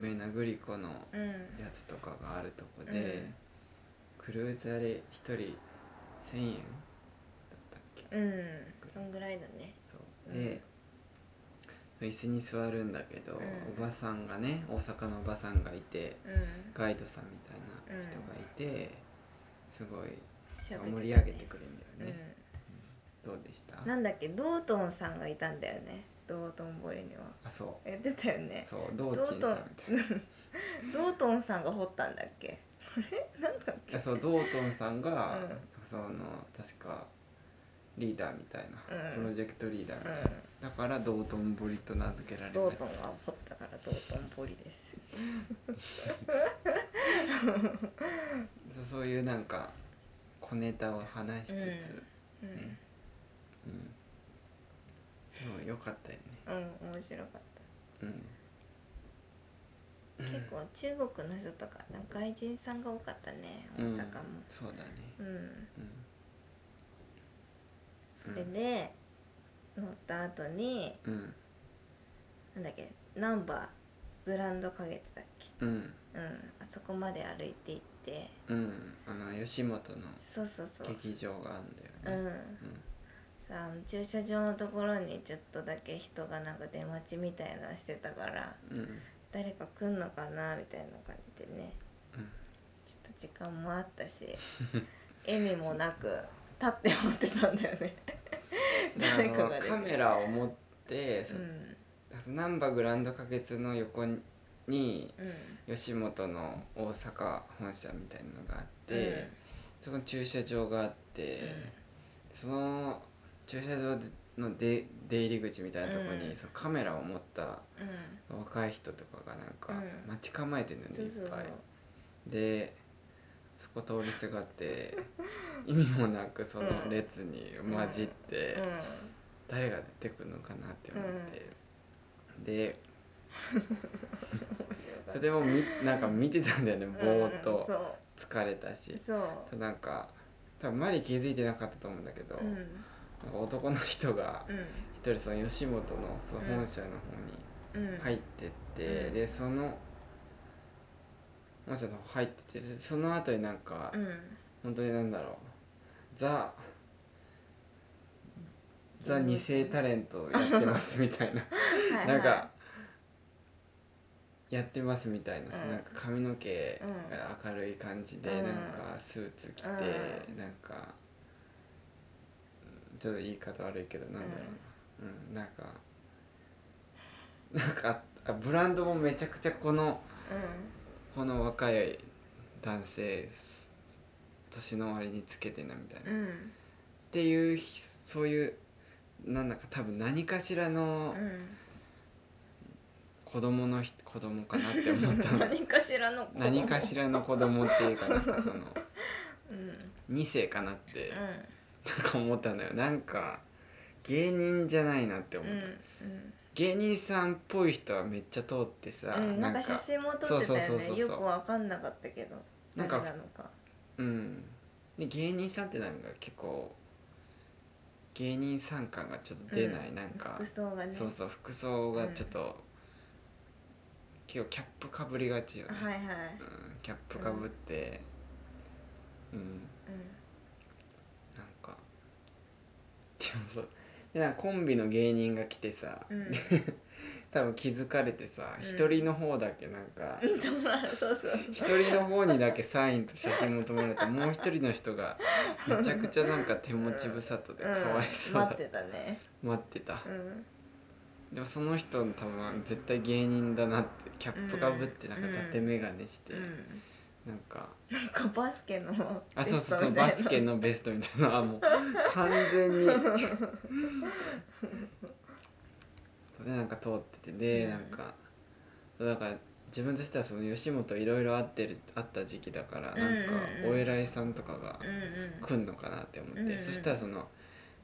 有名なグリコのうんやつとかがあるとこで、うんクルーズあれ1人1000円だったっけうんそんぐらいだねそううんで、椅子に座るんだけど、うんおばさんがね大阪のおばさんがいてうんガイドさんみたいな人がいて、すごい喋ってたね盛り上げてくれるんだよね、どうでしたうんなんだっけ道頓さんがいたんだよね道頓堀にはあそうえ出たよねそう道珍さんみたいな道頓さんが掘ったんだっけあれなんだっいやけそう道頓さんが、うんその確かリーダーみたいな、うんプロジェクトリーダーみたいな、うんだから道頓堀と名付けられ道まし頓が掘ったから道頓堀ですたそういうなんか小ネタを話しつつ、うん、ねうんでもよかったよねうん、面白かったうん結構中国の人とかなんか外人さんが多かったね大うん阪もそうだねうん、うそれで乗った後にんうんなんだっけナンバーグランド花月だっけうんうんあそこまで歩いて行ってうんあの吉本のそうそうそう劇場があるんうだよねんさあの駐車場のところにちょっとだけ人がなんか出待ちみたいなのしてたからうんうん誰か来んのかなみたいな感じでねうんちょっと時間もあっ たし笑みもなく立って待ってたんだよね であ誰かがの出てカメラを持って、うそんナンバグランド花月の横にうん吉本の大阪本社みたいなのがあって、うんそこに駐車場があって、その駐車場の出出入り口みたいなところに、うんそのカメラを持ったうん若い人とかがなんかうん待ち構えてるのにそういっそうそうぱい、でそこ通りすがって意味もなくその列に混じって。う誰が出てくるのかなって思って、でそれもみなんか見てたんだよねぼんーっうん、そとう疲れたし、そうとなんか多分マリ気づいてなかったと思うんだけど、うんなんか男の人がうん一人その吉本のそのうん本社の方うんに入ってって、うんでその本社の方入っててでその後になんか、うん本当になんだろうザザ二世タレントやってますみたいなはいはいなんかやってますみたいなさ、うんなんか髪の毛うんが明るい感じで、うんなんかスーツ着て、うんなんかうんちょっと言い方悪いけどなんだろうな、うんなんかなんかあブランドもめちゃくちゃこのこの若い男性す年の割につけてんなみたいな、うっんていうひそういうなんだか多分何かしらうのんうん子供のひ子供かなって思ったの何かしらの何かしらの子供っていう かなんかそのうんうん2世かなってなんか思ったのよなんか芸人じゃないなってう思んっうた、ん芸人さんっぽい人はめっちゃ通ってさ、うんなんか写真も撮ってたそようそうそうそうねよくわかんなかったけどなん何かなのかうん、で芸人さんってなんか結構芸人さん感がちょっと出ない、なんか服装がねそうそう服装がちょっと、結構キャップかぶりがちよね、はいはいうん、キャップかぶってうん、なんか でもそうでなんかコンビの芸人が来てさ、 うんうん多分気づかれてさうん一、人の方だけなんかうんそうそうそう一人の方にだけサインと写真求められてもう一人の人がめちゃくちゃなんか手持ち無沙汰でかわいそううんだ、待ってたね待ってたうんでもその人の多分絶対芸人だなってキャップかぶってなんか伊達眼鏡して、うんなんかなんかバスケのあそうそうそうベバスストみたケいなのベストみたいなのはもう完全 にでなんか通っててで、うんなんかだから自分としてはその吉本いろいろ会ってる会った時期だからなんかうんうんうんお偉いさんとかがうん来んのかなって思って、うんうんそしたらその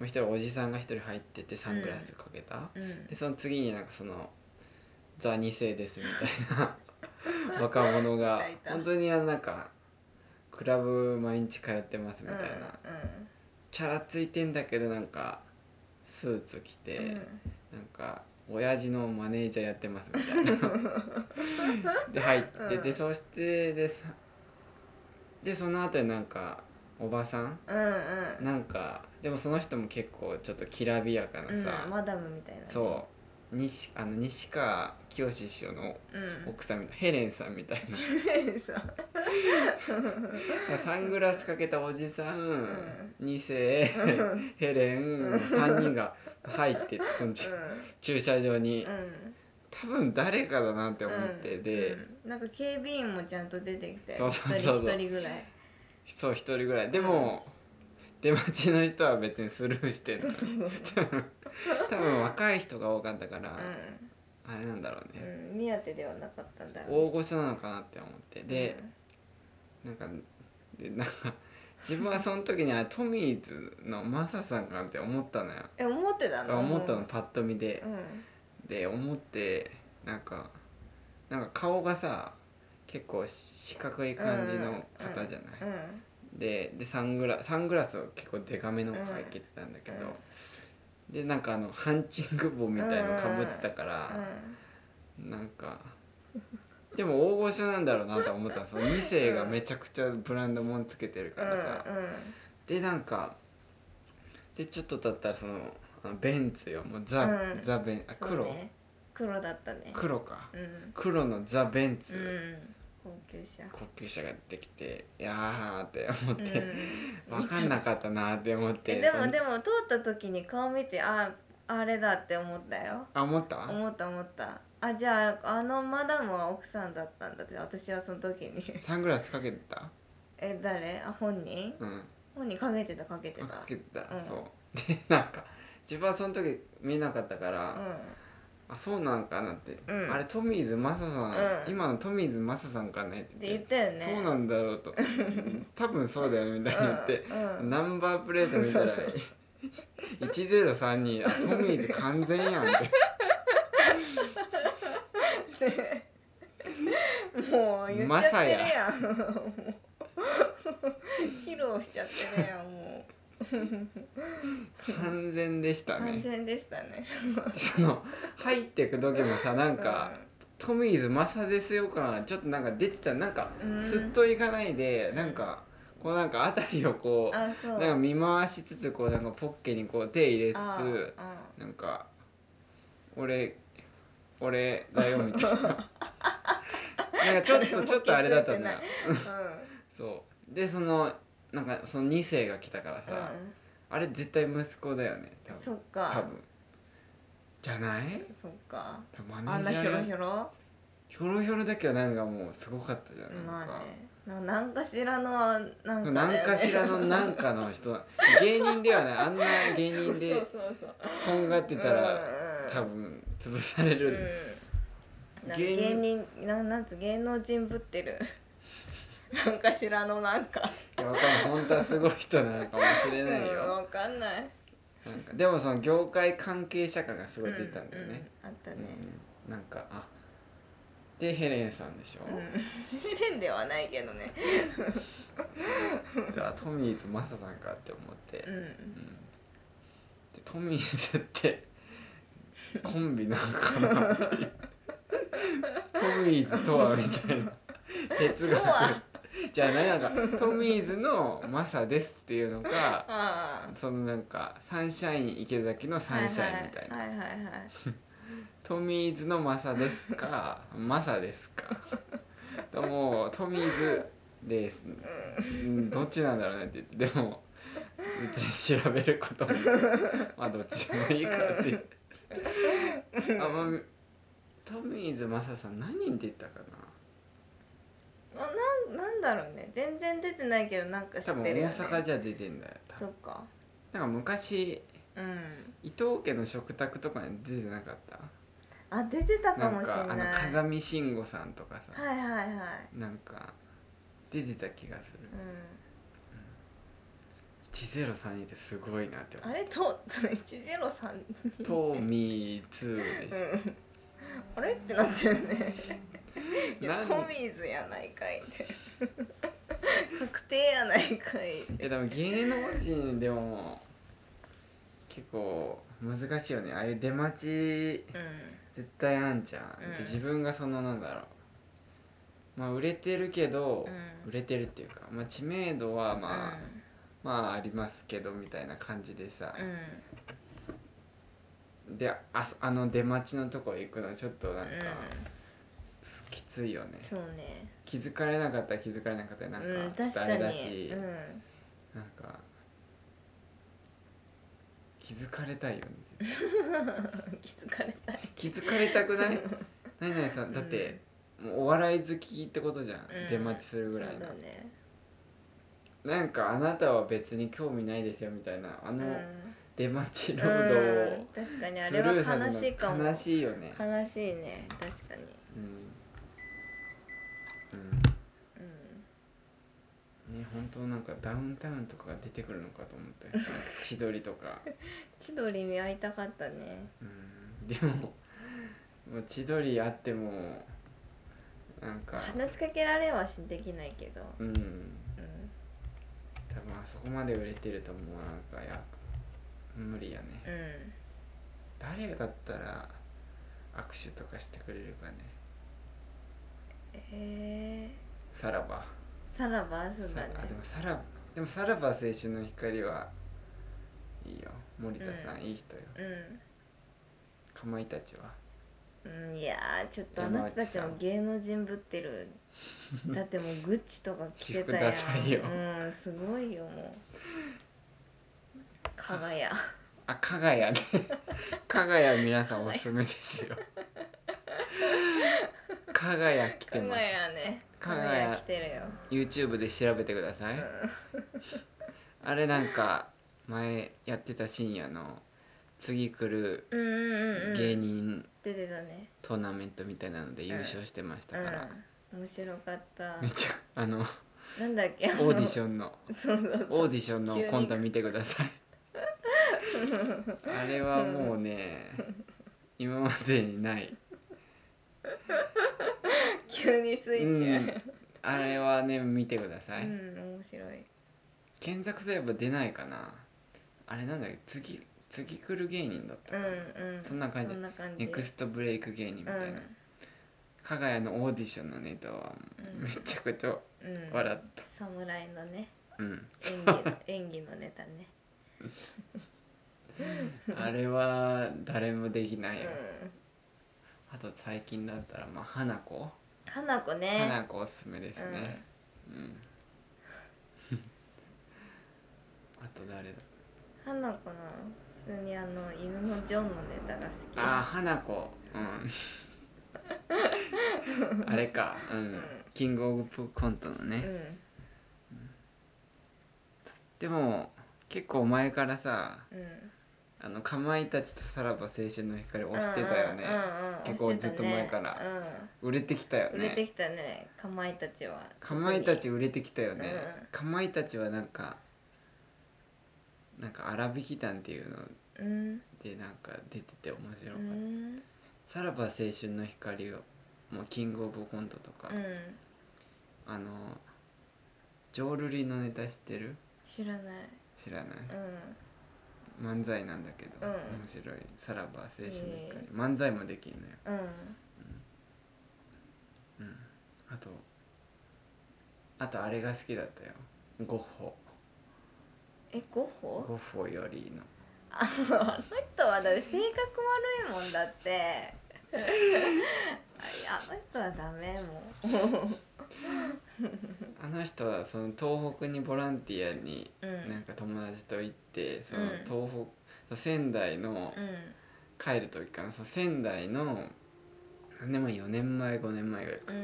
もう一人おじさんが一人入っててサングラスかけた、うんうんでその次になんかその「ザ2世です」みたい な若者がいたいた本当にあのなんかクラブ毎日通ってますみたいな、チャラついてんだけどなんかスーツ着て、うなんんか親父のマネージャーやってますみたい なで入ってて、うんそしてでさでその後になんかおばさんうんうんなんかでもその人も結構ちょっときらびやかなさ、うん、マダムみたいなね、そう西あの西川きよし師匠のううん奥さんみたいな、ヘレンさんみたい そうなサングラスかけたおじさん、ん2世、ヘレン、3人が入ってってその駐駐車場に、うんうん多分誰かだなって思って、うんで、うんなんか警備員もちゃんと出てきてそう一そう人そうそう一人ぐらいそう一人ぐらいでも、出待ちの人は別にスルーしてるそうそうそう多分若い人が多かったから、うんあれなんだろうね、うん目当てではなかったんだ大御所なのかなって思ってで、なんかでなんか自分はその時にあトミーズのマサさんかなって思ったのよえ思ってたの思ったのパッと見でう、んで思ってなんかなんか顔がさ結構四角い感じの方じゃない、うんででサングラサングラスを結構デカめのかけてたんだけど、でなんかあのハンチング帽みたいのかぶってたから、なんかでも大御所なんだろうなと思ったのその2世がめちゃくちゃブランドもんつけてるからさ、うんうんでなんかでちょっと経ったらそのあのベンツよもうザ、うんザベンあそう黒、ね黒だったね黒かうん黒のザ・ベンツ、うん高級 車高級車が出てきていやーって思っうて、ん分かんなかったなーって思ってえでもでも通った時に顔見てああれだって思ったよあ思った思った思ったあじゃああのマダムは奥さんだったんだって私はその時に サングラスかけてたえ誰あ本人うん本人かけてたかけてあたかけてた、うんそうでなんか自分はその時見なかったかうら、んあそうなんかなって、うんあれトミーズマサさん、うん今のトミーズマサさんかねってって言言っってたよねそうなんだろう と多分そうだよねみたいに言って、うんうんナンバープレート見たらそうそう1032あトミーズ完全やんってでもう言っちゃってるやんもう 披露しちゃってるやんもう完全でした完ね全でしたねその入ってく時もさなんか、トミーズマサですよ感ちょっとなんか出てたなんかうんすっといかないでなんかこうなんか辺りをうこうんあそうなんか見回しつつこうなんかポッケにこう手入れつあつあなんか俺俺だよみたい ななんかちょっとちょっと あれだったんだようんそうでそのなんかその2世が来たからうさ、んあれ絶対息子だよね多分そっ多か分じゃないそっか多分あマんネなージひャーょろやひょひろょろひょろだけはなんかもうすごかったじゃんなんか、まあねななんかしらのなんかだよねなんかしらのなんかの人芸人ではないあんな芸人でそうそうそうとんがってたらうん多分潰されうんる、なんか芸芸人人なんなんつ芸能人ぶってるなんかしらのなんかいやわかんない本当はすごい人なのかもしれないうん、よ、わかんないなんかでもその業界関係者感がすごい出たんだよね、うんうんあったねうんなんかあでヘレンさんでしょ、うんヘレンではないけどねであトミーズマサさんかって思って、ううんんでトミーズってコンビなのかなっていう トミーズとはみたいな哲とは学じゃないなんかトミーズのマサですっていうのかあそのなんかサンシャイン池崎のあサンシャインみたいな、はいはいはいはいはいトミーズのマサです かマサですかでもトミーズです、うん、どっちなんだろうねって言ってでも別に調べること もまあどっちでもいいからっていうあ、まあ、トミーズマサさん何人出たかなあなんなんだろうね全然出てないけどなんか知多っ分てるよ、大ね、阪じゃ出てんだよ多そ分っかなんか昔うん伊藤家の食卓とかに出てなかったあ出てたなかもんしれかなあいの風見慎吾さんとかさ、はいはいはいなんか出てた気がする、う1032ってすごいなってんあれと103トミー2でしうんあれってなっちゃうねいょやなんトミーズやないかいって確定やないかいいやでも芸能人でも結構難しいよねああいう出待ちう絶対あんじゃん、うんで自分がそのなんだろうまあ売れてるけど、うん売れてるっていうか、まあ、知名度はんまあ、まあありますけどみたいな感じでさう、んうんであそあの出待ちのとこ行くのちょっとなんか、うきついよねんそうね気づかれなかったら気づかれなかったらなんうんかちょっ確とあかれだにし、うんなんか気づかれたいよね気づかれたい気づかれたく ない何々さんだって、もうお笑い好きってことじゃん、うん出待ちするぐらいそうのだねなんかあなたは別に興味ないですよみたいなあのうん出待ち労うん働を確かにあスれルはーさ悲しせいるかもの悲しいよね悲しいね確かにうん、うんうん、ね本当なんかダウンタウンとかが出てくるのかと思った よ千鳥とか千鳥に会いたかったねうんでももう千鳥あってもなんか話しかけられはしできないけどうんうん多分あそこまで売れてるともうなんかいや無理やねうん誰だったら握手とかしてくれるかねえさらばー、さらばそうさだねあでもさらでもさらば青春の光はいいよ森田さん、うんいい人ようんかまいたちはうんいやーちょっとあの人たちも芸能人ぶっ てるだってもうグッチとか着てたやん私服ダサいようんすごいよもう加賀屋あ加賀谷ね 加賀谷皆さんおすすめですよ加賀谷来て加賀ま屋すね加賀屋来てるよ YouTube で調べてください、あれなんか前やってた深夜の次来るうんうんうんうん芸人出てたねトーナメントみたいなので優勝してましたから、うん面白かっためっちゃあのなんだっけオーディショョンンのそうそうそうオーディションのコント見てくださ いあれはもう ね今までにない、急にスイッチがうんあれはね見てください、うん面白い検索すれば出ないかなあれなんだっけ次次来る芸人だったかうな、んうんそんな感じそんな感ネじクストブレイク芸人みたいな、加賀谷のオーディションのネタはうんめちゃくちゃうんうん、笑った侍の ね うん、演技の演技のネタねあれは誰もできないよ、うんあと最近だったらまあ花子花子ね花子おすすめですねうん、 あと誰だ花子の普通にあの犬のジョンのネタが好きああ花子うん あれかうん、んキングオブコントのね、でも結構前からさうんうんあのかまいたちとさらば青春の光を推してたよね、うんうんうん結構押してたねずっと前から売れてきたようん売れてねきたねかまいたちはかまいたち売れてきたよね、うんかまいたちはなんかなんか粗挽き団っていうのうんでなんか出てて面白うかった、んさらば青春の光をもうキングオブコントとか、うんあの浄瑠璃のネタ知ってる知らない知らない、うん漫才なんだけど、うん面白いさらば青春の光、へえ漫才もできんのようんうんあとあとあれが好きだったよゴッホえゴッホゴッホよりのあのあの人はだって性格悪いもんだって あいやあの人はダメもうあの人はその東北にボランティアにうんなんか友達と行ってそのうん東北その仙台のう帰る時かなその仙台の何年前4年前5年前ぐらいかん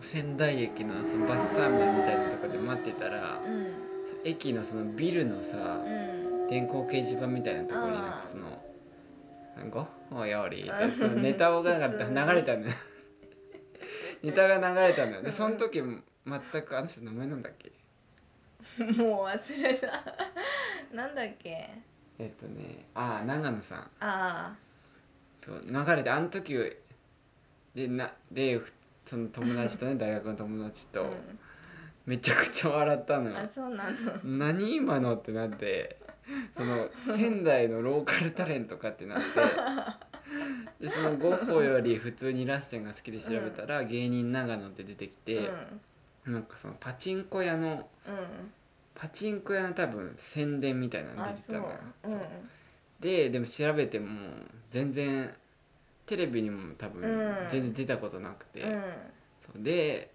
仙台駅のそのバスターミナルみたいなとこで待ってたらうんその駅のそのビルのさうんうん電光掲示板みたいなところにあーなんかその「ごおより」ってそのネタをがなんか流れた のよネタが流れたのよでその時全くあの人名前なんだっけもう忘れたなんだっけえっとねああ長野さんあと流れてあの時でなでその友達とね大学の友達あと、うんめちゃくちゃ笑ったのよあそうなの何今のってなってその仙台のローカルタレントかってな ってでそのゴッホより普通にラッセンが好きで調べたら、芸人長野って出てきうんて、なんかそのパチンコ屋のパチンコ屋の多分宣伝みたいなうんのあ出てそたうのようんそうででも調べても全然テレビにも多分うん全然出たことなくて、うんそうで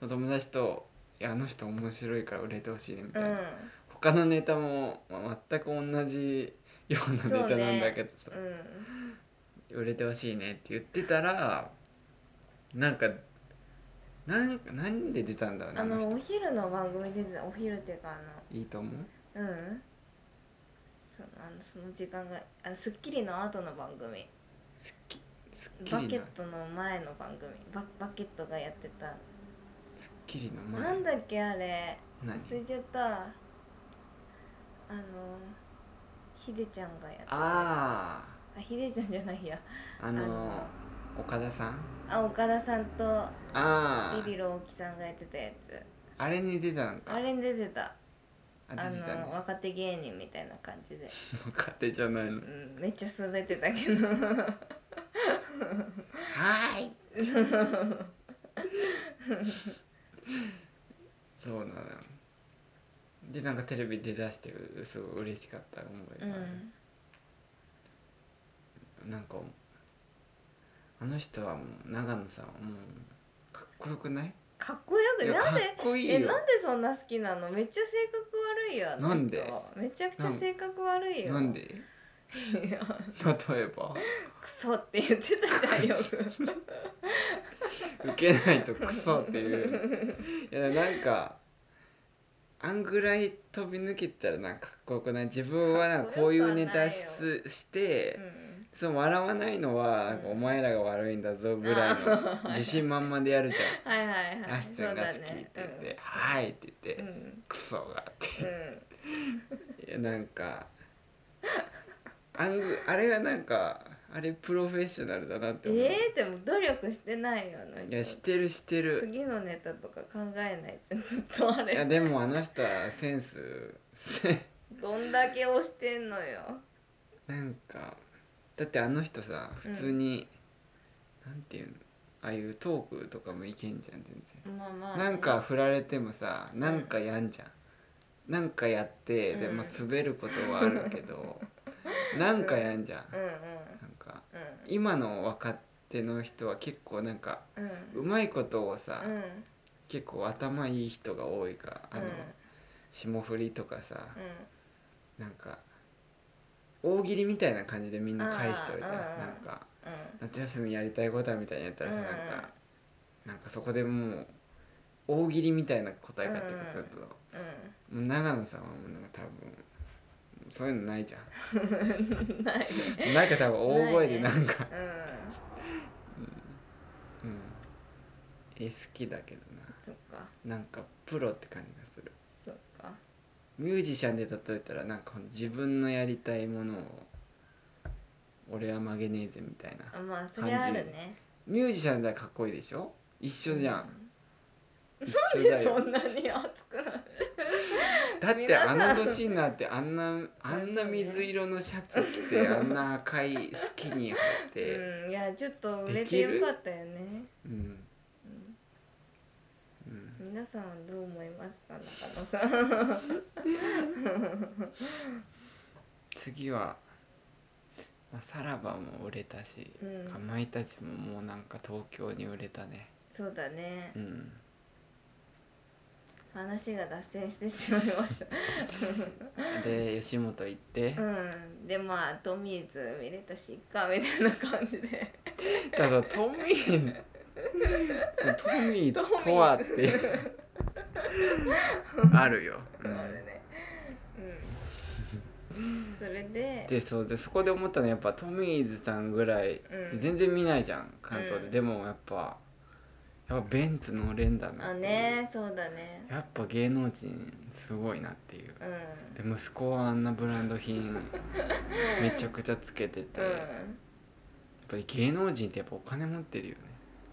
その友達と「いやあの人面白いから売れてほしいね」みたういな、ん他のネタも、まあ全く同じようなネそうタなんねだけどさ、うん売れてほしいねって言ってたらなんかなんかなんで出たんだろうねああののお人昼の番組出てたお昼っていうかあいいと思うのうんそのあのその時間があ『スッキリ』の後の番組すっきすっ「きバりケッなト」の前の番組ババケットがやってたすっきりの前なんだっけあれ何忘れちゃったあのひでちゃんがやってたああひでちゃんじゃないやああのあの岡田さんあ岡田さんとああビビる大木さんがやってたやつあれに出たのかあれに出てたああ出てたねの 若手芸人みたいな感じで、勝手じゃないうのん、めっちゃ滑ってた けどはーいそうなのよでなんかテレビ出だしてうすごい嬉しかった思いがうある、んなんかあの人はもう長野さんはもうかっこよくないかっこよくいやなんでかっこいいよえなんでそんな好きなのめっちゃ性格悪いよあの人なんでめちゃくちゃ性格悪いよなんでいや例えば クソって言ってたじゃんよ く受けないとクソっていういやなんかあんぐらい飛び抜けてたらなんかかっこよくない自分はなんかこういうネタしかっこよくはして、そう笑わないのはなんかお前らが悪いんだぞぐらいの自信満々でやるじゃはいはいん「はラい。ッセンが好き」って言って「はい」って言って「うん。うん。クソが」っうん。ていやなんかあんぐあれがなんかあれプロフェッショナルだなって思う、ええー、でも努力してないよな。いやしてるしてる次のネタとか考えないってずっとあいやれ。でもあの人はセンス どんだけ押してんのよ。なんかだってあの人さ普通に、なんていうのああいうトークとかもいけんじゃん全まあまあ、然なんか。振られてもさなんかやんじゃん、なんかやってでうんまあ滑ることはあるけ ど、なんかやんじゃん、うんうん。なんかう今の若手の人は結構なんかん。ううん。まいことをさ、うん。結構頭いい人が多いからあの、うん霜降りとかさ、うん。なんか大喜利みたいな感じでみんな返しちゃうじゃんあーうんなんかうん。夏休みやりたいことはみたいにやったらさ、うんなんかなんかそこでもう大喜利みたいな答え方ってくると、もう長野さんはもうなんか多分そういうのないじゃうん。ない。んなんか多分大声でなんか、うん。うんえ好きだけどそっか。ななんかプロって感じがするそっか。ミュージシャンで例えたらなんか自分のやりたいものを俺は曲げねえぜみたいなあまあ、それあるね。ミュージシャンだったらかっこいいでしょ一緒じゃん、一緒なんだで そよんなに熱くなるだって皆さあんの年になってあんなあんな水色のシャツ着 てあんな赤いスキニー履いてうん、いやちょっと売れでてきるよかったよね、うん、うんうん、皆さんはどう思いますか中野さん 次は、まあ、さらばも売れたし、うんかまいたちももうなんか東京に売れたねそうだね うん話が脱線してしまいましたで吉本行って、うんでまあトミーズ見れたしいっかみたいな感じでただトミートミーとはっていうあるよ、あうれんねうんそれででそうでそこで思ったのはやっぱトミーズさんぐらい、うん全然見ないじゃん関東で、うんでもやっぱやっぱベンツ乗れんだなっあていうねそうだねやっぱ芸能人すごいなっていううでん息子はあんなブランド品めちゃくちゃつけてて、うやっんぱり芸能人ってやっぱお金持ってるよね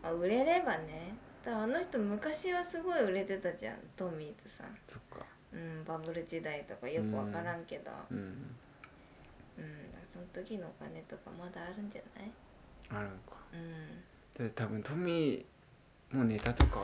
あ売れればねだからあの人昔はすごい売れてたじゃんトミーズさん、そっかうん、バブル時代とかよく分からんけど、ううんんだからその時のお金とかまだあるんじゃないあるのかうんで多分トミーもネタとかは